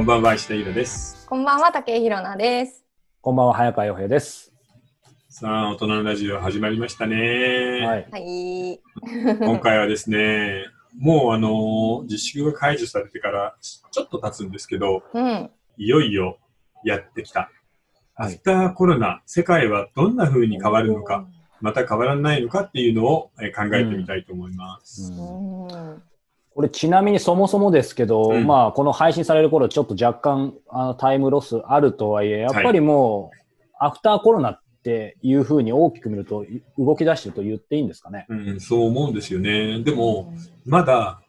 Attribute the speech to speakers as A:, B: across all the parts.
A: んばんは、石田ひろです。
B: こんばんは、竹井ひろなです。
C: こんばんは、早川洋平です。
A: さあ、大人のラジオ始まりました
C: は
A: ね。
C: い。
B: はい。
A: 今回はですね、もうあの、自粛が解除されてからちょっと経つんですけど、
B: うん。
A: いよいよやってきた。ア
C: はい
A: フターコロナ、世界はどんな風に変わるのか、また変わらないのかっていうのをえー考えてみたいと思います。
B: う
C: うん
B: ん。
C: これちなみにそもそもですけど、
A: うん
C: まあこの配信される頃ちょっと若干あのタイムロスあるとはいえやっぱりもう、アフターコロナっていうふうに大きく見るとい動き出してると言っていいんですかね。
A: うん、そう思うんですよね。でも、まだ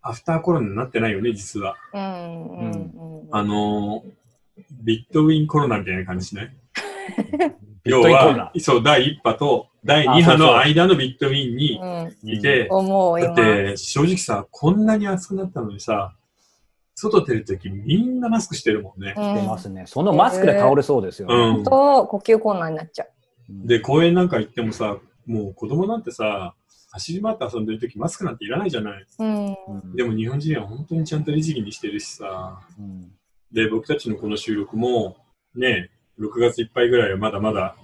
A: アフターコロナになってないよね、実は。
B: うん、うん、うん。
A: あのービットウィンコロナみたいな感じしない
C: ビ
A: 要
C: ットインコロナ
A: は、そう、第1波と第2波の間のビットウィンに
B: うん。
A: いて、
B: 思う、
A: だ
B: 今。
A: って正直さ、こんなに暑くなったのにさ、外出るときみんなマスクしてるもんね
B: う。
C: うん
B: ん、
C: 出ますね。そのマスクで倒れそうですよね。
A: うん
B: と、呼吸困難になっちゃう。
C: うん
A: で、公園なんか行ってもさ、もう子供なんてさ、走り回って遊んでるときマスクなんていらないじゃない。
B: うん。
C: うん
A: でも日本人は本当にちゃんと律儀にしてるしさ、
C: うん
A: で、僕たちのこの収録も、ね、6月いっぱいぐらいはまだまだ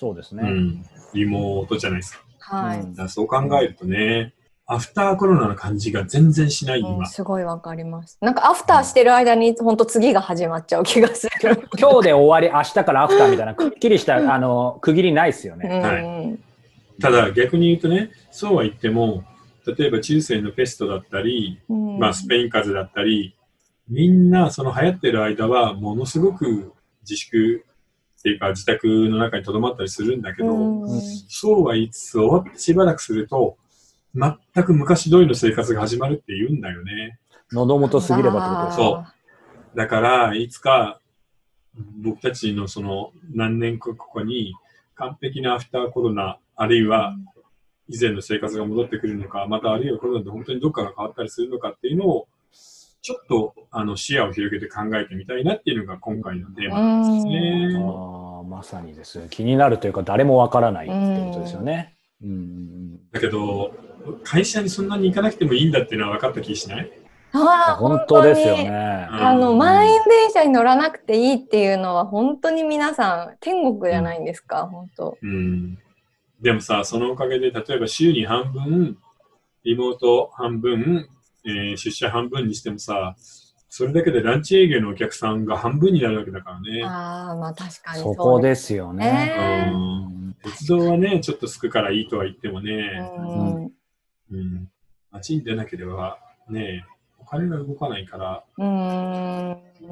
C: そうです
A: う
C: ね。
A: ん、リモートじゃないですか。
B: は
C: う
B: い
C: ん
A: だからそう考えるとね、アフターコロナの感じが全然しない
B: うん。
A: 今。
B: すごいわかります。なんかアフターしてる間に、本当次が始まっちゃう気がする。
C: 今日で終わり、明日からアフターみたいな、くっきりした、あの、区切りないです
B: う
C: よね。
B: ん。
A: ただ逆に言うとね、そうは言っても、例えば中世のペストだったり、
B: うん
A: まあスペイン風邪だったり、みんなその流行ってる間はものすごく自粛っていうか自宅の中に留まったりするんだけど、
B: うん
A: そうは言いつつ終わってしばらくすると、全く昔通りの生活が始まるって言うんだよね。
C: 喉元過ぎればってことですね
A: そうだから、いつか、僕たちのその何年かここに完璧なアフターコロナ、あるいは以前の生活が戻ってくるのか、またあるいはコロナで本当にどっかが変わったりするのかっていうのを、ちょっとあの視野を広げて考えてみたいなっていうのが今回のテーマなんですね。
C: あーまさにです気になるというか誰もわからないっていうことですよね。うんうん
A: だけど、会社にそんなに行かなくてもいいんだっていうのは分かった気しない
B: ああ、
C: 本当です
B: 本
C: よ
B: 当に。
C: ね。
B: あの、
A: うん
B: 満員電車に乗らなくていいっていうのは、本当に皆さん、天国じゃないんですか、本当。
A: うん。でもさ、そのおかげで、例えば週に半分、リモート半分、えー出社半分にしてもさ、それだけでランチ営業のお客さんが半分になるわけだからね。
B: ああ、まあ確かに
C: そうこ
B: です
C: ですよ
A: う
C: ね。
B: ね
A: ん。
C: うん
A: 鉄道はね、ちょっとすくからいいとは言っても
B: う
A: ね、
B: ん
A: うん。街に出なければ、ね、お金が動かないから、
B: う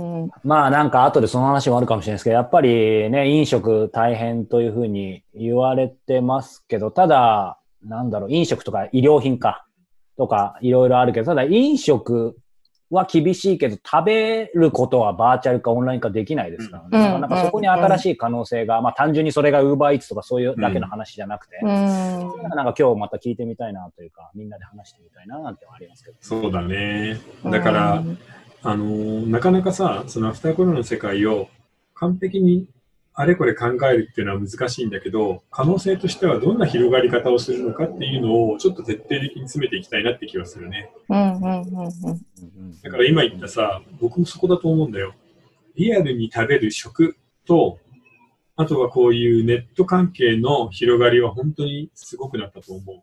B: んうん
C: まあなんか後でその話もあるかもしれないですけど、やっぱりね、飲食大変というふうに言われてますけど、ただ、なんだろう、飲食とか医療品か、とかいろいろあるけど、ただ飲食は厳しいけど、食べることはバーチャルかオンライン化できないですからね。
B: うん
C: なんかそこに新しい可能性が、まあ単純にそれが UberEats とかそういうだけの話じゃなくて、
B: うん
C: なんか今日また聞いてみたいなというか、みんなで話してみたいななんてはありますけど。
A: そうだね。だから、
B: うん
A: あのーなかなかさ、そのアフターコロナの世界を完璧にあれこれ考えるっていうのは難しいんだけど、可能性としてはどんな広がり方をするのかっていうのをちょっと徹底的に詰めていきたいなって気はするね。
B: うんうんうんうん
A: だから今言ったさ、僕もそこだと思うんだよ。リアルに食べる食と、あとはこういうネット関係の広がりは本当にすごくなったと思う。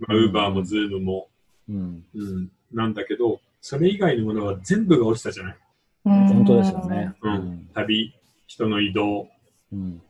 A: まあ、ウーバーもズームも、
C: うん、
A: うん、なんだけど、それ以外のものは全部が落ちたじゃない
B: うん
C: 本当ですよね。
A: うん旅、人の移動、
C: うん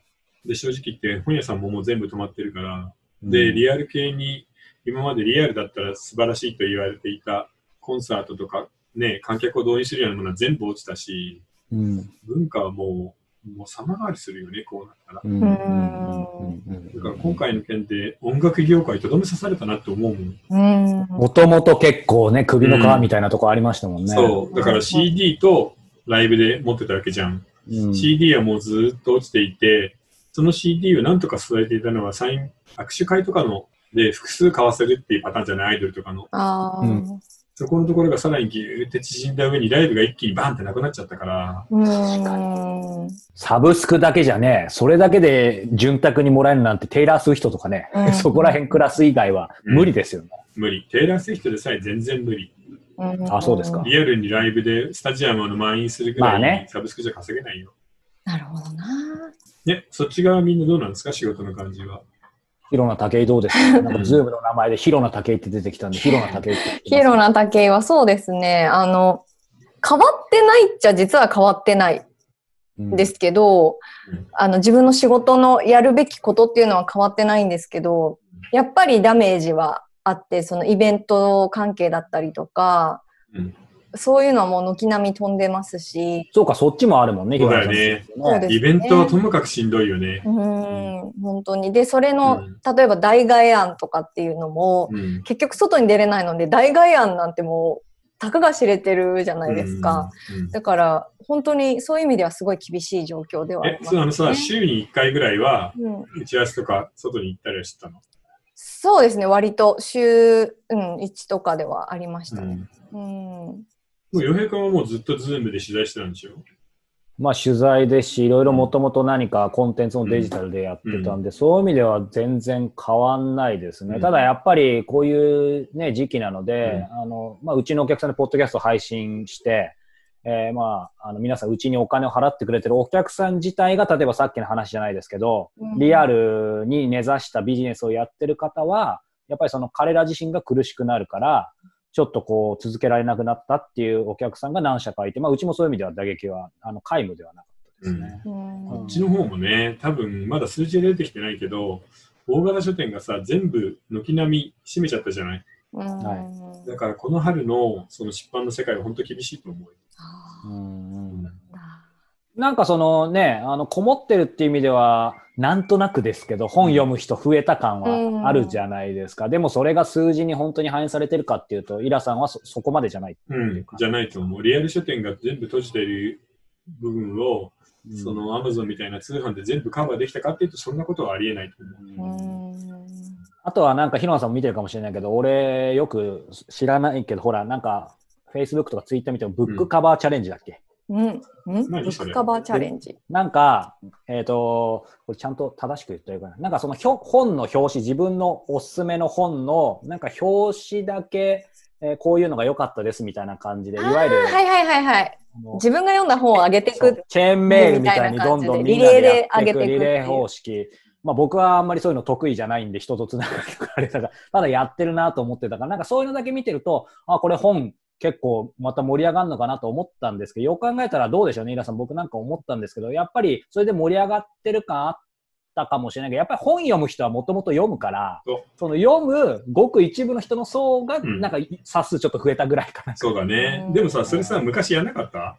A: で、正直言って本屋さんももう全部止まってるから、
C: うん
A: で、リアル系に、今までリアルだったら素晴らしいと言われていたコンサートとか、ね、観客を動員するようなものは全部落ちたし、
C: うん
A: 文化はもう、もう様変わりするよね、こうなったら。
C: うんうんうん
A: だから今回の件で音楽業界とどめ刺されたなって思うもん。
B: うん
C: もともと結構ね、首の皮みたいなとこありましたもんね。
A: そう。だから CD とライブで持ってたわけじゃん。
C: うん。
A: CD はもうずっと落ちていて、その CD をなんとか伝えていたのは、サイン、握手会とかの、で、複数買わせるっていうパターンじゃない、アイドルとかの。
B: ああ
C: うん
A: そこのところがさらにギューって縮んだ上に、ライブが一気にバンってなくなっちゃったから、
B: うん
C: サブスクだけじゃね、それだけで潤沢にもらえるなんてテイラー・スウィフトとかね、
B: うん
C: そこら辺クラス以外は無理ですよね。
A: 無理。テイラー・スウィフトでさえ全然無理。
B: ん
C: あそうですか
A: リアルにライブでスタジアムの満員するぐら
C: まあ
A: い
C: ね
A: にサブスクじゃ稼げないよ。
B: なるほどな。
A: ね、そっち側みんなどうなんですか仕事の感じは。
C: 広野武井どうですかなんか、ズームの名前で広野武井って出てきたんで、広野武井って言ってます。
B: ヒロナ武井はそうですね。あの、変わってないっちゃ実は変わってない
C: うん
B: ですけど、
A: うん
B: あの自分の仕事のやるべきことっていうのは変わってないんですけど、やっぱりダメージはあって、そのイベント関係だったりとか、
A: うん
B: そういうのはもう軒並み飛んでますし、
C: そうか、そっちもあるもんね、
A: そう
C: 広
A: だ
C: 野
A: よ
C: さん。
A: ね。
B: そうですね
A: イベントはともかくしんどいよね。
B: うーん、本当に。で、それ
A: う
B: の、
A: ん
B: 例えば代替案とかっていうのも、
A: うん。
B: 結局外に出れないので、代替案なんてもう、たかが知れてるじゃないですか。
A: うん。うん
B: だから、本当にそういう意味ではすごい厳しい状況ではあ
A: え
B: り、ます
A: そうあのさ、週に1回ぐらいは、
B: うん、
A: 打ち合わせとか外に行ったりはしてたの。
B: そうですね、割と週、うん、1とかではありましたね。
A: も
B: うん
A: う洋平君はもうずっとズームで取材してたんでしょ
C: まあ、取材ですし、いろいろもともと何かコンテンツもデジタルでやってたんで、そういう意味では全然変わんないですね。
A: うん
C: ただやっぱりこういう、ね、時期なので、うあのまあ、うちのお客さんでポッドキャスト配信して、えーまあ、あの皆さんうちにお金を払ってくれてるお客さん自体が、例えばさっきの話じゃないですけど、
B: うん
C: リアルに根ざしたビジネスをやってる方は、やっぱりその彼ら自身が苦しくなるから、ちょっとこう続けられなくなったっていうお客さんが何社かいて、まあうちもそういう意味では打撃は、あの、皆無ではなかったですね。
B: うん
A: こっちの方もね、多分まだ数字が出てきてないけど、大型書店がさ、全部軒並み閉めちゃったじゃない。
B: うん
C: はい
A: だからこの春のその出版の世界は本当厳しいと思うよ。
B: あ
C: う
B: ー
C: んうん
B: あ
C: なんかそのね、あの、こもってるっていう意味では、なんとなくですけど、本読む人増えた感はあるじゃないですか。でもそれが数字に本当に反映されてるかっていうと、イラさんはそそこまでじゃない。
A: うん、じゃないと思う。リアル書店が全部閉じている部分を、そのアマゾンみたいな通販で全部カバーできたかっていうと、そんなことはありえないと思う。
C: う
B: ーうんん
C: あとはなんか、ヒロさんも見てるかもしれないけど、俺、よく知らないけど、ほら、なんか、Facebook とか Twitter 見ても、ブックカバーチャレンジだっけ、
B: うん、うん、ブ
A: 何そ
B: ッ
A: れ
B: クカバーチャレンジ。
C: なんか、えっ、と、これちゃんと正しく言ったらいいかな。なんかそのひょ本の表紙、自分のおすすめの本の、なんか表紙だけ、えーこういうのが良かったですみたいな感じで、い
B: あ
C: わゆる、
B: ーはいはいはいはい。
C: あの
B: 自分が読んだ本を上げてい
C: そ
B: く
C: う。チェーンメールみたいにどんどんみんなでやって
B: リレーで上げ
C: いく
B: ていくっていう
C: リレー方式。まあ僕はあんまりそういうの得意じゃないんで人とつながってくられたから、ただやってるなと思ってたから、なんかそういうのだけ見てると、あ、これ本結構また盛り上がるのかなと思ったんですけど、よく考えたらどうでしょうね、イラさん。僕なんか思ったんですけど、やっぱりそれで盛り上がってる感あったかもしれないけど、やっぱり本読む人はもともと読むから
A: そう、
C: その読むごく一部の人の層が、
A: ん
C: なんか差数ちょっと増えたぐらいかな。
A: そうだね
B: う。ん
A: でもさ、それさ、昔やんなかった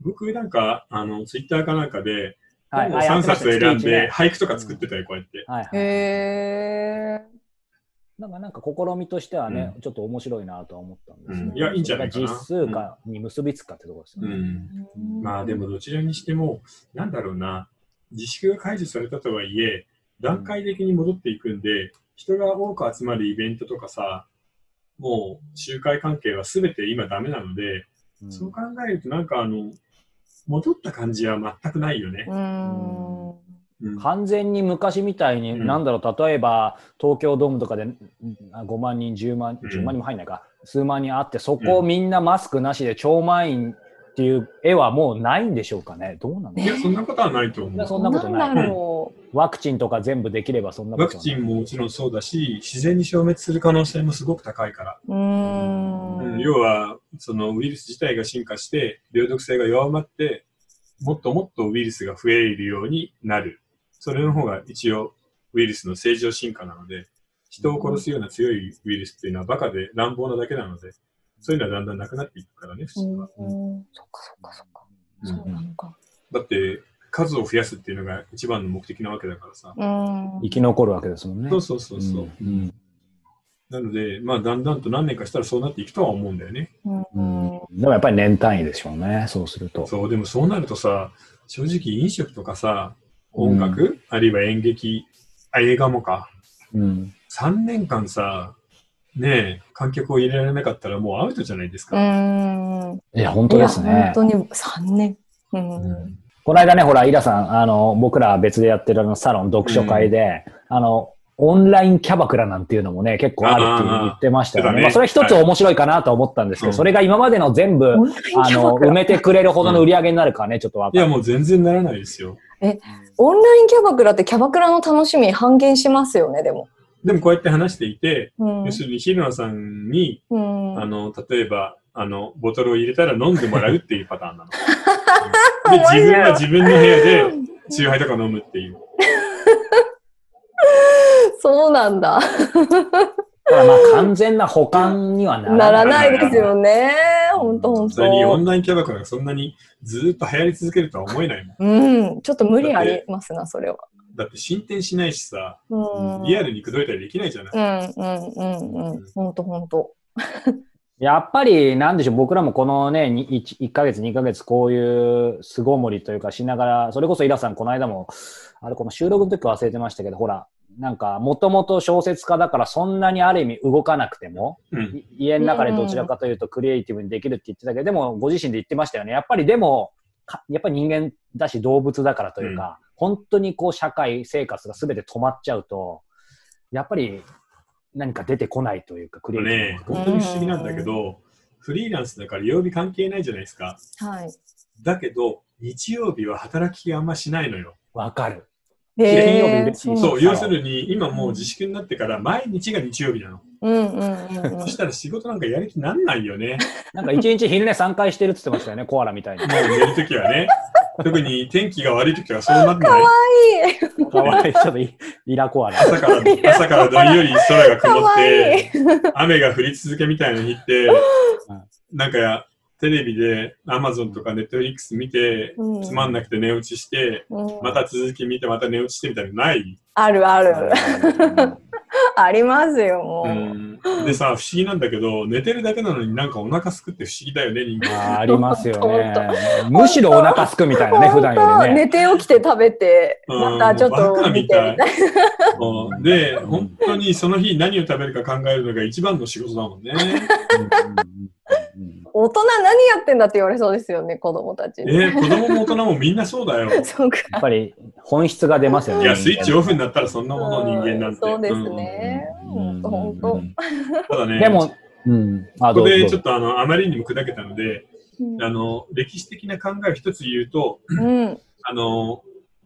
A: 僕なんか、あの、ツイッターかなんかで、
C: はい。あや
A: 3
C: ってまし
A: 冊
C: た
A: 選ん
C: ね月一ね
A: で、俳句とか作ってたよ、こうやって。
C: はいはい。
B: へ
C: なんか、なんか試みとしてはね、ちょっと面白いなとは思ったんですけど、
A: うんいやいいんじゃないかな
C: それが実数化に結びつくかってところですよ
A: う
C: ね。
A: ん。
B: ー
A: まあでも、どちらにしても、なんだろうな、自粛が解除されたとはいえ、段階的に戻っていくんで、人が多く集まるイベントとかさ、もう集会関係は全て今ダメなので、
C: うん
A: そう考えるとなんかあの、戻った感じは全くないよね
B: う。ん。
A: うん
C: 完全に昔みたいに、
A: うん
C: なんだろう、例えば東京ドームとかでうんあ5万人、10万、
A: うん
C: 10万人も入んないか、数万人あって、そこをみんなマスクなしで超満員っていう絵はもうないんでしょうかね。どうなんだ
A: い
C: ろ
A: や、そんなことはないと
C: い
A: 思
C: や
A: う。
C: そんなことない
B: んだろう。
C: うワクチンとか全部できればそんなこ
A: ワ
C: と
A: ク
C: は
A: チ
C: ない
A: ンももちろんそうだし、自然に消滅する可能性もすごく高いから。
B: うーん。
A: 要は、そのウイルス自体が進化して、病毒性が弱まって、もっともっとウイルスが増えるようになる。それの方が一応、ウイルスの正常進化なので、人を殺すような強いウイルスっていうのはバカで乱暴なだけなので、そういうのはだんだんなくなっていくからね、普通は。
B: うんそっかそっかそっか。
A: うん
B: そうなのか。
A: だって、数を増やすっていうのが一番の目的なわけだからさ。
B: うん。
C: 生き残るわけですもんね。
A: そうそうそうそう。
C: うん
A: なので、まあ、だんだんと何年かしたらそうなっていくとは思うんだよね。
B: うん
C: うんでもやっぱり年単位でしょうね、そうすると。
A: そう、でもそうなるとさ、正直飲食とかさ、音楽、あるいは演劇、あ、映画もか。
C: うん
A: 3年間さ、ねえ、観客を入れられなかったらもうアウトじゃないです
B: う
A: か。
B: ん。
C: いや、本当です
B: いや
C: ね。
B: 本当に3年。う。
A: うんん
C: この間ね、ほら、イラさん、あの、僕ら別でやってるあのサロン、読書会で、あの、オンラインキャバクラなんていうのもね、結構あるっていう言ってましたよね。
A: あーあー
C: まあ、それは一つ
A: はい
C: 面白いかなとは思ったんですけど、
A: うん
C: それが今までの全部、あの、埋めてくれるほどの売り上げになるかはね、ちょっとわ
A: い
C: か
A: や、
C: んない。
A: もう全然ならないですよ。
B: オンラインキャバクラってキャバクラの楽しみ半減しますよね、でも。
A: でもこうやって話していて、
B: うん。
A: 要するにヒルナさんに、
B: うん
A: あの、例えば、あの、ボトルを入れたら飲んでもらうっていうパターン なの。で、
B: 面白
A: 自
B: い
A: 分は自分の部屋で、チューハイとか飲むっていう。
B: そうなんだ。
C: ただまあ完全な保管にはならな。
B: ないらないですよね。ほんとほん
A: それにオン
B: と。
A: ラインキャバクラがそんなにずーっと流行り続けるとは思えないもん。
B: うん。ちょっと無理ありますな、それは。
A: だって進展しないしさ、
B: うん。
A: リアルに口説いたりできないじゃない。
B: うんうんうんうん。ほんとほんと。
C: やっぱり、なんでしょう、僕らもこのね、に一一ヶ月、二ヶ月、こういう巣ごもりというかしながら、それこそイラさん、この間も、あれ、この収録の時は忘れてましたけど、ほら、なんか、もともと小説家だから、そんなにある意味動かなくても、
A: うん。
C: い家の中でどちらかというとクリエイティブにできるって言ってたけど、でも、ご自身で言ってましたよね。やっぱりでも、かやっぱり人間だし動物だからというか、本当にこう社会生活が全て止まっちゃうと、やっぱり何か出てこないというか、クリエイティブ
A: ね、
C: も含め
A: 本当に不思議なんだけど、フリーランスだから曜日関係ないじゃないですか。
B: はい。
A: だけど、日曜日は働きがあんましないのよ。
C: わかる。
B: へー
C: 金曜日嬉しい
A: そう、
C: ん
A: 要するに今もう自粛になってから毎日が日曜日なの。
B: うんうんうんうん
A: そし。たら仕事なんかやる気なんないよね。
C: なんか一日昼寝3回してるって言ってましたよね、コアラみたいに。
A: もう寝るときはね。特に天気が悪いときはそうなってない。
C: かわいい、ちょっとイイラコアラ。
A: 朝から、朝からどんより空が曇っ
B: かわい
A: て、雨が降り続けみたいな日 って、なんかテレビで Amazon とか Netflix 見て、
B: うん
A: つまんなくて寝落ちして、
B: うん
A: また続き見てまた寝落ちしてみたいなのない。
B: あるある。
C: うん
B: ありますよ、もう。
A: うんでさ、不思議なんだけど、寝てるだけなのになんかお腹すくって不思議だよね、人間。
C: あーありますよね
B: 本。
C: むしろお腹すくみたいなね、普段よりね。
B: 寝て起きて食べて、
A: うん
B: またちょっ
A: バカ
B: と
A: み
B: 見
A: たい
B: てみたい。
A: うんで、本当にその日何を食べるか考えるのが一番の仕事だもん ね。
C: うんうんうん
B: 大人何やってんだって言われそうですよね、子供たちに。
A: え、子供も大人もみんなそうだよ。
B: そうか。
C: やっぱり本質が出ますよね。
A: いや、スイッチオフに
C: な
A: なったらそんなもの人間なんて。
B: そうです
A: うん
B: ね。本当本当。
A: ただね、
C: でも、うん。あ、
A: こ
C: ど
A: こ
C: うぞ
A: で
C: どう
A: ちょ
C: ぞ
A: っとあの、あまりにも砕けたので、
B: うん
A: あの、歴史的な考えを一つ言うと、
B: うん。
A: あの、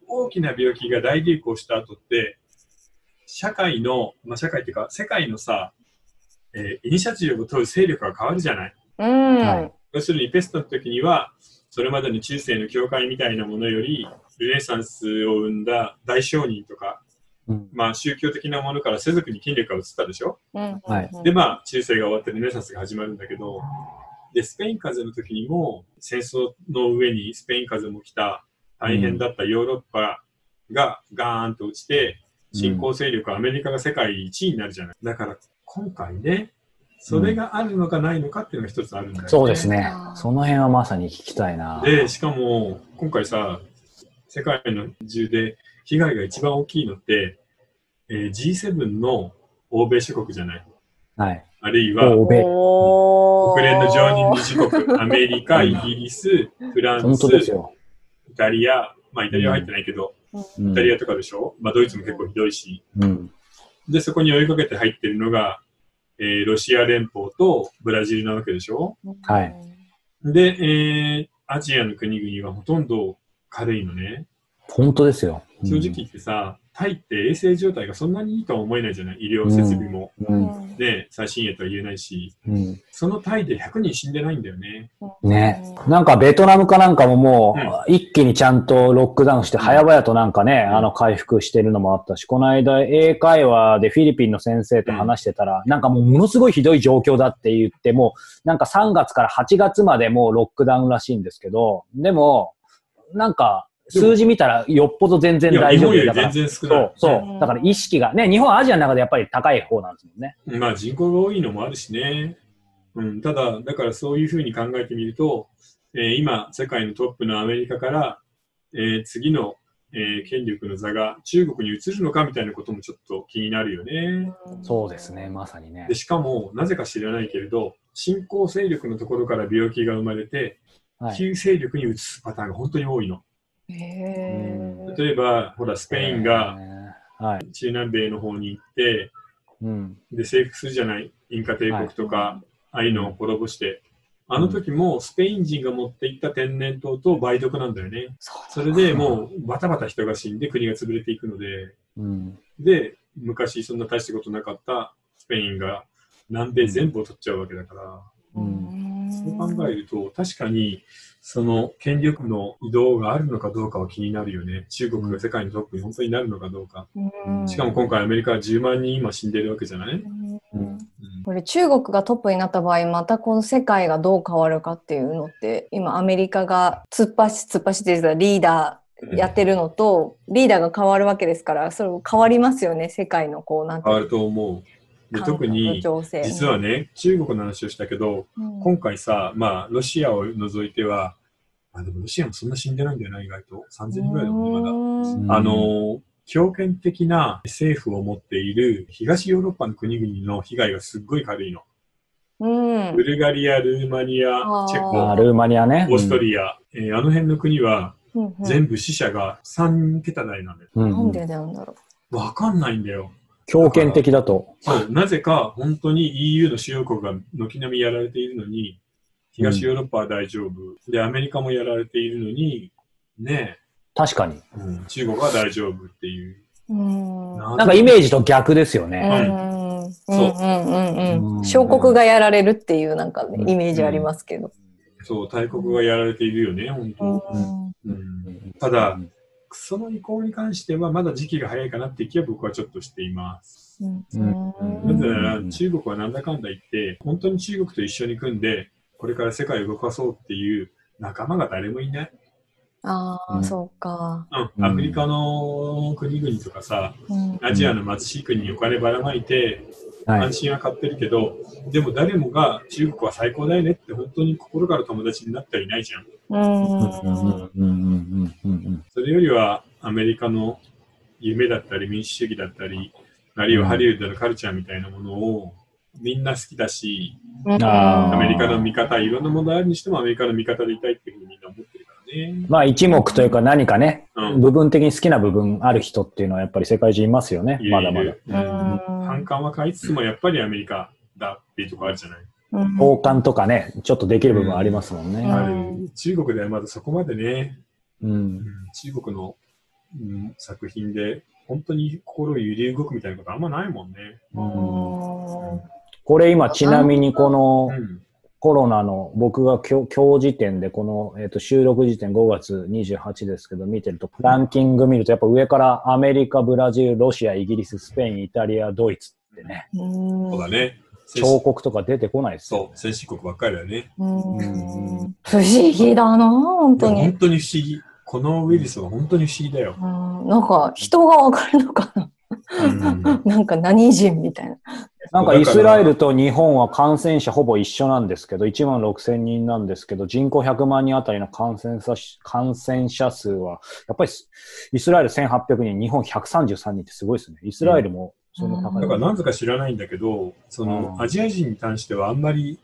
A: 大きな病気が大流行した後って、社会の、まあ、社会っていうか、世界のさ、えーイニシアチブを取る勢力が変わるじゃない。
B: うん。
C: はい
A: 要するにペストの時にはそれまでの中世の教会みたいなものよりルネサンスを生んだ大商人とか、
C: うん
A: まあ、宗教的なものから世俗に権力が移ったでしょ、
B: うん
C: はい
A: でまあ中世が終わってルネサンスが始まるんだけどでスペイン風邪の時にも戦争の上にスペイン風邪も来た大変だったヨーロッパがガーンと落ちて新興勢力アメリカが世界一位になるじゃない、だから今回ねそれがあるのかないのかっていうのが一つあるんだよね。
C: そうですね。その辺はまさに聞きたいな。
A: で、しかも、今回さ、世界の中で被害が一番大きいのって、えー G7 の欧米諸国じゃない。
C: はい。
A: あるいは、
C: 欧米。
B: おー
A: 国連の常任理事国、アメリカ、イギリス、フラン
C: 本
A: ス
C: 当、ですよ。
A: イタリア、まあイタリアは入ってないけど、
C: うん
A: イタリアとかでしょまあドイツも結構ひどいし。
C: うん。
A: で、そこに追いかけて入ってるのが、えーロシア連邦とブラジルなわけでしょ
C: はい。
A: で、えーアジアの国々はほとんど軽いのね。
C: 本当ですよ。うん
A: 正直言ってさ、タイって衛生状態がそんなにいいとは思えないじゃない医療設備も、
C: う。
B: うんん。
A: ね、最新鋭とは言えないし、
C: うん。
A: そのタイで100人死んでないんだよね。
C: ね。なんかベトナムかなんかももう、一気にちゃんとロックダウンして、
A: うん
C: 早々となんかね、
A: うん
C: あの、回復してるのもあったし、この間、英会話でフィリピンの先生と話してたら、なんかもうものすごいひどい状況だって言って、もう、なんか3月から8月までもうロックダウンらしいんですけど、でも、なんか、数字見たらよっぽど全然
A: いや、
C: 大
A: 日
C: 丈
A: 本
C: 夫
A: よ
C: だ
A: り
C: から
A: 全。然少
C: そ
A: な
C: う、そうう。
B: ん
C: だから意識が、ね、日本はアジアの中でやっぱり高い方なんですもんね。
A: い。まあ人口が多いのもあるしね。うん、ただ、だからそういうふうに考えてみると、えー今、世界のトップのアメリカから、えー次の、えー権力の座が中国に移るのかみたいなこともちょっと気になるよね。
C: そうですね、まさにね
A: で、。しかも、なぜか知らないけれど、新興勢力のところから病気が生まれて、
C: はい。
A: 旧勢力に移すパターンが本当に多いの。
B: へー
C: うん
A: 例えば、ほら、スペインが、
C: えーはい。
A: 中南米の方に行って、
C: うん。
A: で、征服するじゃない、インカ帝国とか、ああいうのを滅ぼして。あの時もスペイン人が持っていった天然痘と梅毒なんだよね。
B: そう
A: それでもうバタバタ人が死んで国が潰れていくので、
C: うん。
A: で、昔そんな大したことなかったスペインが南米全部を取っちゃうわけだから、
B: うん
A: そう考えると、確かにその権力の移動があるのかどうかは気になるよね。中国が世界のトップに本当になるのかどうか。
B: うん
A: しかも今回アメリカは10万人今死んでるわけじゃない、
B: うん
A: うん
B: これ中国がトップになった場合またこの世界がどう変わるかっていうのって今アメリカが突っ走突っ走ってたリーダーやってるのと、リーダーが変わるわけですからそれ変わりますよね世界のこうなんて
A: 変わると思う。で特に
B: 情勢
A: 実はね、中国の話をしたけど、
B: うん
A: 今回さ、まあ、ロシアを除いては、あでもロシアもそんな死んでないんだよな、意外と。3000人ぐらいだもんね、まだ。あ
B: うん
A: の、強権的な政府を持っている東ヨーロッパの国々の被害がすっごい軽いの。
B: うん
A: ブルガリア、ルーマニ
B: あ
A: ア
B: ー、
A: チェコ、
C: あー
A: オ
C: ルーマニアね。
A: ーストリア、えーあの辺の国は
B: うんうん
A: 全部死者が3桁台なんだよ。
C: ア。う
B: なん
C: ん。
B: でなんだろ
A: わかんないんだよ。
C: 強権的だと。
A: そう、なぜか本当に EU の主要国が軒並みやられているのに、東ヨーロッパは大丈夫。で、アメリカもやられているのに、ね
C: 確かに。
A: え、うん中国は大丈夫っていう。
B: う。うん
C: なんかイメージと逆ですよね。
B: うん
A: そう
B: うんうんう。
C: うんん
B: 小国がやられるっていうなんかね
C: うん
B: イメージありますけど。
A: そう、大国がやられているよね、本当、
B: うん
A: うんた
C: う
A: だ、
C: ん
A: その移行に関してはまだ時期が早いかなって気は僕はちょっとしています。
B: うん
C: う
A: なぜ
C: ん
A: なら、中国はなんだかんだ言って、本当に中国と一緒に組んで、これから世界を動かそうっていう仲間が誰もいない。
B: あ
C: う
B: あ、
C: ん
B: そうか。
A: うん、アフリカの国々とかさ、
B: うん
A: アジアの貧しい国にお金ばらまいて、
C: は
A: 安
C: い。
A: 心は買ってるけど、でも誰もが中国は最高だよねって本当に心から友達になってはいないじゃん。
B: うん
C: うんうんうんうん
A: それよりはアメリカの夢だったり民主主義だったり、あるいはハリウッドのカルチャーみたいなものをみんな好きだし、
B: うん
C: あー
A: アメリカの味方、いろんな問題あるにしてもアメリカの味方でいたいっていうふうにみんな思ってるからね。
C: まあ一目というか何かね、
A: うん
C: 部分的に好きな部分ある人っていうのはやっぱり世界中いますよね
A: い。る
C: まだま
A: い
C: だ
A: る。
B: う
A: うん反
B: ん
A: 感は買いつつもやっぱりアメリカだっていうところあるじゃない。
B: うん
C: 交換とかね、ちょっとできる部分ありますもん
B: うん
C: ね。
A: ある中国ではまだそこまでね、
C: うん。
A: 中国の、うん作品で本当に心を揺り動くみたいなことあんまないもんね。
C: うん
B: うん
C: これ今ちなみにこの
A: うん
C: コロナの僕が今日今日時点でこの、えっと収録時点5月28ですけど見てるとランキング見るとやっぱ上からアメリカ、ブラジル、ロシア、イギリス、スペイン、イタリア、ドイツってね、
B: うん
A: そうだね。
C: 彫刻とか出てこないですよ
A: そう、先進国ばっかりだよね。
B: うん不思議だな、本当
A: いや
B: に
A: 本。当に不思議。このウイルスは本当に不思議だよ
B: う。んなんか人がわかるのかななんか何人みたいな。
C: なんかイスラエルと日本は感染者ほぼ一緒なんですけど、1万6千人なんですけど、人口100万人あたりの感染者し感染者数は、やっぱりすイスラエル1800人、日本133人ってすごいですね。イスラエルもそんな高い。
A: だからなぜか知らないんだけど、その
C: うん
A: アジア人に関してはあんまり、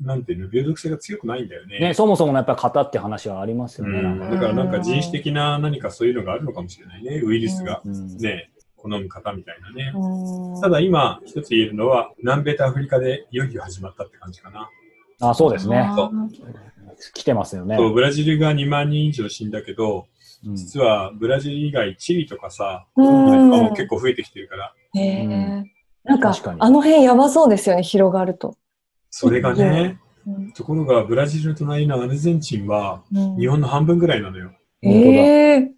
A: なんていうの、病毒性が強くないんだよね。
C: ね、そもそものやっぱり型って話はあります
A: う
C: よね。なん
A: ん、
C: か
A: だからなんか人種的な何かそういうのがあるのかもしれないね、ウイルスが
C: うん
A: ね、好む方みたいなね。
B: うん
A: ただ今、一つ言えるのは、南米とアフリカでいよいよ始まったって感じかな。
C: あそうですね。
A: そう
C: 来てますよね。
A: そうブラジルが2万人以上死んだけど、
C: うん
A: 実はブラジル以外、チリとかさ、
B: うん
A: コロナとかも結構増えてきてるから、
B: へえ。なんか
C: 確かに
B: あの辺やばそうですよね、広がると。
A: それがね、
B: うん
A: ところがブラジルの隣のアルゼンチンは、日本の半分ぐらいなのよ。
C: 本当だ
B: ええ。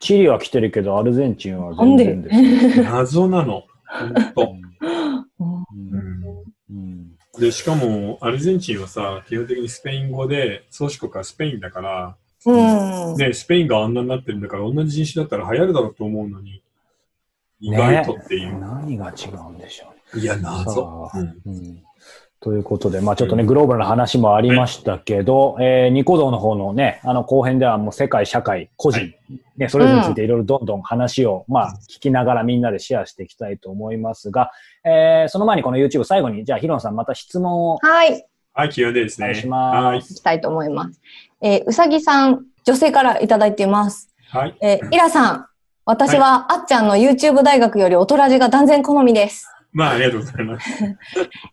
C: チリは来てるけど、アルゼンチンは
B: なん
C: 全
B: で
C: 然ですね。
A: 謎なの。ほんと。
B: うん
A: うん
C: うん
A: で、しかも、アルゼンチンはさ、基本的にスペイン語で、宗主国はスペインだから、
B: うん。
A: ね、スペインがあんなになってるんだから、同じ人種だったら流行るだろうと思うのに、意外とっていう。
C: 何が違うんでしょうね。
A: いや、謎
C: さ。あ
A: うん
C: うんということで、まあちょっとね、グローバルな話もありましたけど、えーニコ動の方のね、あの後編ではもう世界、社会、個人、
A: はい
C: ね、それぞれについていろいろどんどん話を、まあ聞きながらみんなでシェアしていきたいと思いますが、えーその前にこの YouTube 最後に、じゃあヒロンさんまた質問を
B: はい。
A: はい、Q&A です
C: お
A: ね。
C: 願いしま
B: い
C: す。
B: きたいと思います。えーうさぎさん、女性からいただいています。
A: はい。はい。
B: えーイラさん、私は、あっちゃんの YouTube 大学より大人じが断然好みです。
A: まあ、ありがとうございます。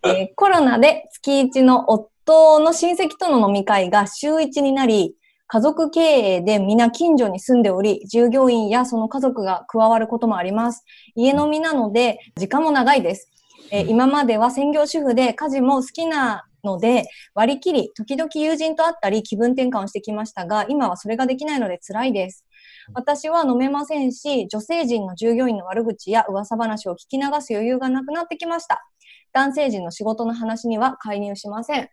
B: えーコロナで月1の夫の親戚との飲み会が週1になり、家族経営で皆近所に住んでおり、従業員やその家族が加わることもあります。家飲みなので、時間も長いです。えー今までは専業主婦で家事も好きなので、割り切り、時々友人と会ったり気分転換をしてきましたが、今はそれができないので辛いです。私は飲めませんし、女性陣の従業員の悪口や噂話を聞き流す余裕がなくなってきました。男性陣の仕事の話には介入しません。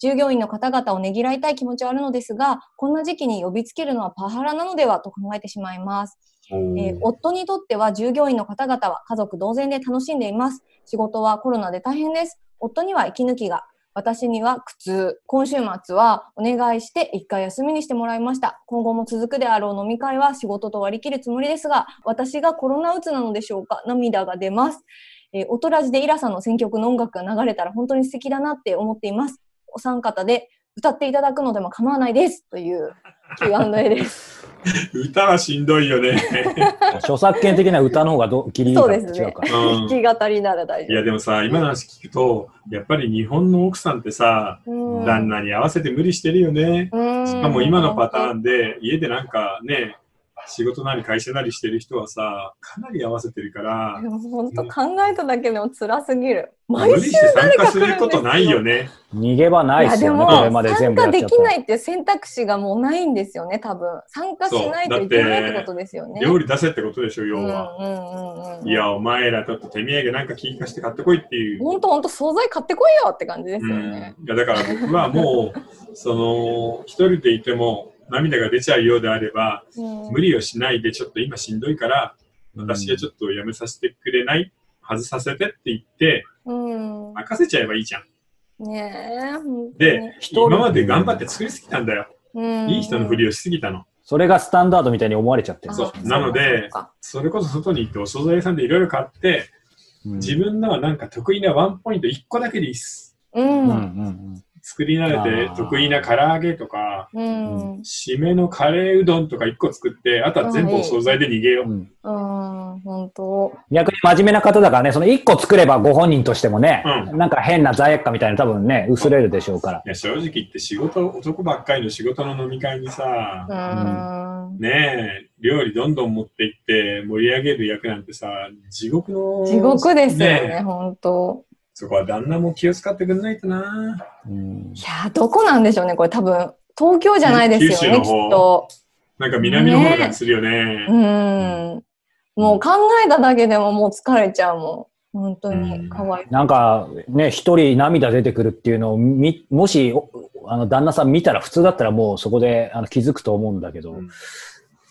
B: 従業員の方々をねぎらいたい気持ちはあるのですが、こんな時期に呼びつけるのはパワハラなのではと考えてしまいます。えー夫にとっては従業員の方々は家族同然で楽しんでいます。仕事はコロナで大変です。夫には息抜きが。私には苦痛。今週末はお願いして一回休みにしてもらいました。今後も続くであろう飲み会は仕事と割り切るつもりですが、私がコロナうつなのでしょうか涙が出ます。えー、オトラジでイラさんの選曲の音楽が流れたら本当に素敵だなって思っています。お三方で歌っていただくのでも構わないです。という Q&A です。
A: 歌はしんどいよね。
C: 著作権的な歌の方がどギリギリ
B: そ
C: か
B: う
C: な
B: です
C: 違
B: ね
C: うか。。
A: うん
B: 弾き語りなら大
A: い
B: 丈
A: やでもさ、今の話聞くと、やっぱり日本の奥さんってさ、
B: 夫。うん
A: 旦那に合わせて無理してるよね。
B: うん
A: しかも今のパターンで、家でなんかね、仕事なり会社なりしてる人はさ、かなり合わせてるから、
B: でも本当考えただけでも辛すぎる。
A: 無
B: 毎
A: 理
B: 週
A: して参
B: 誰
A: 加
B: か来
A: す
B: るん
A: る
B: です
A: ことないよ。ね。
C: 逃げ場ないいっ
B: や
C: す
B: で
C: よね、
B: も
C: これまで全
B: 参
C: 部や
B: 加
C: っち
B: で
C: ゃっ
B: き
C: た
B: な
C: ら。
B: いっていう選択肢がもうないんですよね、多分。参加しないといけないってことですよね。
A: 料理出せってことでしょ、
B: う
A: 要
B: んうん
A: は。
B: うんうん。
A: いや、お前らちょっと手土産なんか金貸して買ってこいっていう。
B: 本当本当惣菜買ってこいよって感じですよね。
A: うん、いやだから僕はもうその一人でいても涙が出ちゃうようであれば
B: うん
A: 無理をしないでちょっと今しんどいから私はち
C: っ
A: ょっとやめさせてくれない外させてって言って
B: うん、
A: 任せちゃえばいいじゃん。
B: ねえ、本当に
A: で、今まで頑張って作りすぎたんだよ。
B: うん
A: いい人のふりをしすぎたの。
C: と。それがスタンダードみたいに思われちゃってる。
A: そう
B: あ
A: なので
B: そうか
A: それこそ外に行ってお惣菜屋さんでいろいろ買って
C: うん
A: 自分のはなんか得意なワンポイント1個だけでいいっす。
B: そう
C: う
B: か
C: んうん
A: 作り慣れ
C: あー
A: て得意な唐揚げとか
B: うん、うん、
A: 締めのカレーうどんとか1個作って、あとは全部お惣菜で逃げよ
C: う
A: う。
C: んうん
B: うん、本当。
C: 逆に真面目な方だからね、その1個作ればご本人としてもね、
A: う
C: なんか変な罪悪感みたいな多分ね、薄れるでしょうから。
A: いや正直言って仕事、男ばっかりの仕事の飲み会にさ
B: う、ん。
A: ねえ、料理どんどん持っていって盛り上げる役なんてさ、地獄の。
B: 地獄ですよね、
A: え
B: 本当。
A: そこは旦那も気を使ってくんないとな。
C: うん
B: いや、どこなんでしょうね、これ多分。東京じゃないですよね、
A: 九
B: きっ
A: 州の方
B: と。
A: なんか南の方にするよね。
B: うん。もう考えただけでももう疲れちゃうもん。本当
A: うん
B: に、かわいい。
C: なんかね、一人涙出てくるっていうのをみ、もし、おあの、旦那さん見たら普通だったらもうそこであの気づくと思うんだけど、
A: うん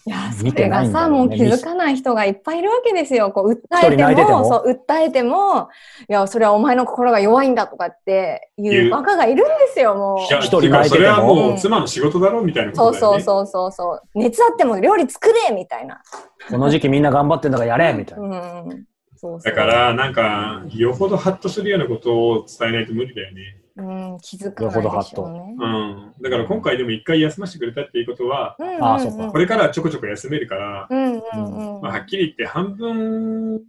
B: いや、そ
C: 見て
B: れ
C: ない
B: が
C: んだ
B: さ、
C: よね
B: もう気づかない人がいっぱいいるわけですよ。こう、訴え
C: 一人泣
B: て
C: いてて
B: も、
C: も
B: そう、訴えても、いや、それはお前の心が弱いんだとかってい
A: 言う
B: うバカがいるんですよ、も
A: いや
B: う。
C: 一人
A: てか
C: 泣いて
A: そ
C: ても
A: れはもう妻の仕事だろうみたいな
B: そ
A: こ
B: う
A: とだよ
B: そう
A: ね。
B: そうそうそう。熱あっても料理作れみたいな。
C: この時期みんな頑張ってんだからやれみたいうな。
B: ん。そうそう。
A: だか、ら、なんか、よほどハッとするようなことを伝えないと無理だよね。
B: うん、気づかないでしょうね。
A: うん、だから今回でも一回休ませてくれたっていうことは、
B: うんうん
C: あーそっか
A: これからちょこちょこ休めるから、
B: うんうんうん。
A: まあ、はっきり言って半分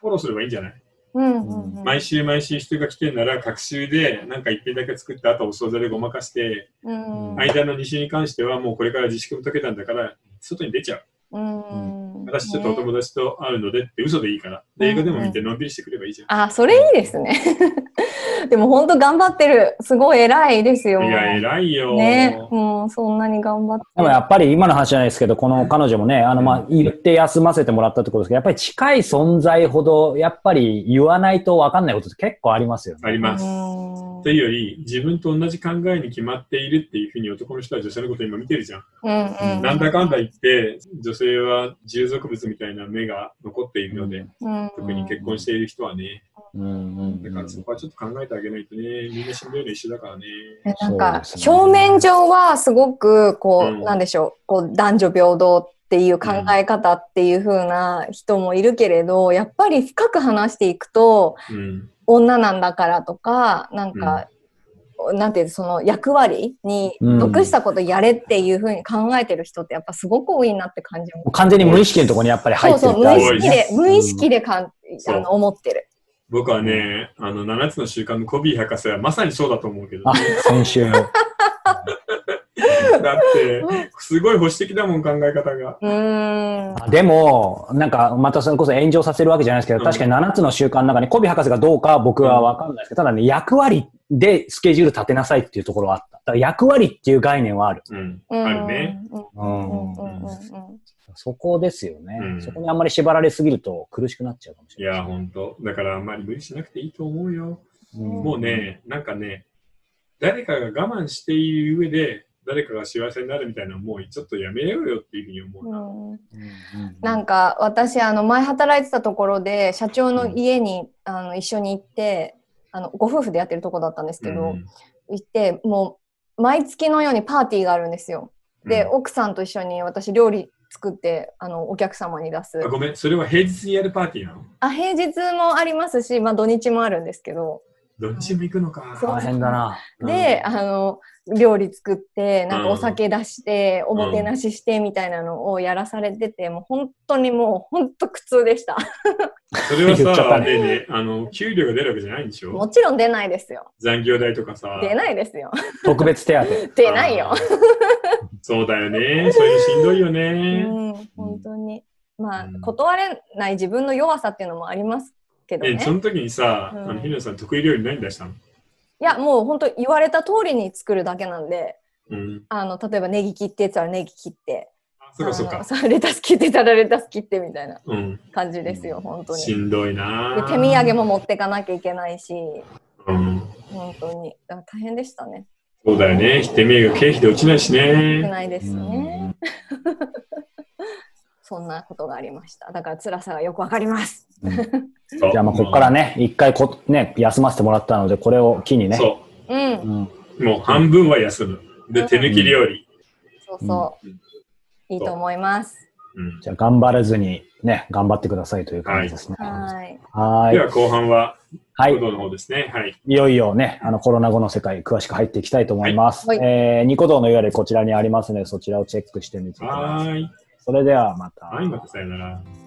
A: フォローすればいいんじゃない、
B: うんうんうん。
A: 毎週毎週人が来てんなら、隔週でなんか一品だけ作って、あとお惣菜でごまかして、
B: うん
A: 間の西に関してはもうこれから自粛も解けたんだから、外に出ちゃう。
B: うん。
A: 私ちょっとお
B: ね
A: 友達と会うのでって嘘でいいから。で、映画でも見てのんびりしてくればいいじゃん。
B: あ、それいいですね。 でも本当頑張ってる。すごい偉いですよ。
A: いや、偉いよ。
B: ね、もうそんなに頑張って。
C: でもやっぱり今の話じゃないですけど、この彼女もね、あの、まあ、言って休ませてもらったってことですけど、やっぱり近い存在ほど、やっぱり言わないとわかんないことって結構ありますよね。
A: あります。
B: うん
A: というより、自分と同じ考えに決まっているっていうふうに男の人は女性のことを今見てるじゃん。
B: うんうん。
A: なんだかんだ言って、女性は従属物みたいな目が残っているので、
B: うん
A: 特に結婚している人はね、
C: うんうんう
A: だ
C: ん
A: からそこはちょっと考えてあげないとね、みんなしんどいの一緒だからね。
B: なんか
C: そうですね
B: 表面上はすごくこう、
A: うん
B: なんでしょうこう男女平等っていう考え方っていう風な人もいるけれど、やっぱり深く話していくと
A: うん。
B: 女なんだからとかなんかなんていうその役割に
C: うん
B: 属したことやれっていうふうに考えてる人ってやっぱすごく多いなって感じも
C: もう完全に無意識のところにやっぱり入
B: そう
C: ってる
B: そ
C: っ
B: う
C: て
B: 無意
C: あ
B: 識
C: るよね。
B: で無意識でかん、
A: そう
B: あの思ってる
A: 僕はね、あの、7つの習慣のコビー博士はまさにそうだと思うけど、
C: あ、先週の。
A: だって、すごい保守的だもん、考え方が。
B: うーん
C: あでも、なんか、またそれこそ炎上させるわけじゃないですけど、
A: うん
C: 確かに7つの習慣の中にコビ博士がどうかは僕はわかんないですけど、ただね、役割でスケジュール立てなさいっていうところはあった。だから役割っていう概念はある。
A: うん。
B: うん
A: あるね。
B: うん
C: うん
B: うんうんうん
C: そこですよね、
A: うん
C: そこにあんまり縛られすぎると苦しくなっちゃうかもし
A: い
C: れない。
A: や、ほんと。だから、あんまり無理しなくていいと思うよ。
C: うん
A: もうね、なんかね、誰かが我慢している上で、誰かが幸せになるみたいなのもうちょっとやめようよっていうふうに思うな。
B: うんうん
C: うん
B: なんか私あの前働いてたところで社長の家に、あの一緒に行ってあのご夫婦でやってるとこだったんですけど、
A: うん
B: 行ってもう毎月のようにパーティーがあるんですよ。で、
A: うん
B: 奥さんと一緒に私料理作ってあのお客様に出す
A: あごめん、それは平日にやるパーティーなの
B: あ平日もありますし、まあ、土日もあるんですけど
A: どっちも行くのか。
B: そう
C: 大変だな。
B: で、
A: うん
B: あの料理作ってなんか
A: うん
B: お酒出して、おもてなししてみたいなのをやらされててもう本当にもう本当苦痛でした
A: それは
C: 言っちゃっ
A: さ、
C: た
A: ね
C: ね
A: えねえあの、給料が出るわけじゃないんでし
B: も
A: ょ
B: ちろん出ないですよ
A: 残業代とかさ。
B: 出ないですよ
C: 特別手当。
B: 出ないよ
A: あ、ー。そうだよ ね。そういうのしんどいよ
B: う
A: ね。
B: ん、本当にまあ、
C: うん
B: 断れない自分の弱さっていうのもありますけど
A: え、
B: ね
A: その時にさ、
B: うん
A: あの、ひなさん得意料理何出したの
B: いやもう本当言われた通りに作るだけなんで
A: うん。
B: あの例えばネギ切ってって言ったらネギ切って
A: あそうかそう
B: あの
A: か。
B: そうレタス切ってたらレタス切ってみたいな
A: うん。
B: 感じですよ本当に
A: し
B: で
A: んどいな
B: 手
A: ー
B: 土産も。持ってかなきゃいけないし
A: うん。
B: 本当にだから大変でしたね
A: そうだよね。手土産経費で落ちないし
B: 少
A: ね。
B: ないですね
C: うん
B: そんなことがありましただから辛さがよくわかります
A: そう
C: じゃあ、まあ、ここからね、一回こ、ね、休ませてもらったので、これを機にね。
A: そ
B: うん
C: うん
A: う。もう半分は休む。で、手抜き料理。
B: そうそう
A: うん
B: いいと思います
A: うん。
C: じゃあ、頑張らずに、ね、頑張ってくださいという感じですね。
B: はい
C: は
A: で
C: ーい。
A: は後半は、
C: は
A: 報
C: い。
A: 道の方ですね。はい。
C: いよいよね、あの、コロナ後の世界、詳しく入っていきたいと思います。
B: はいは
C: えーニコ動の URL こちらにありますので、そちらをチェックしてみてくだ
A: は
C: さい。
A: ーい。
C: それではまた。
A: はい、またさよなら。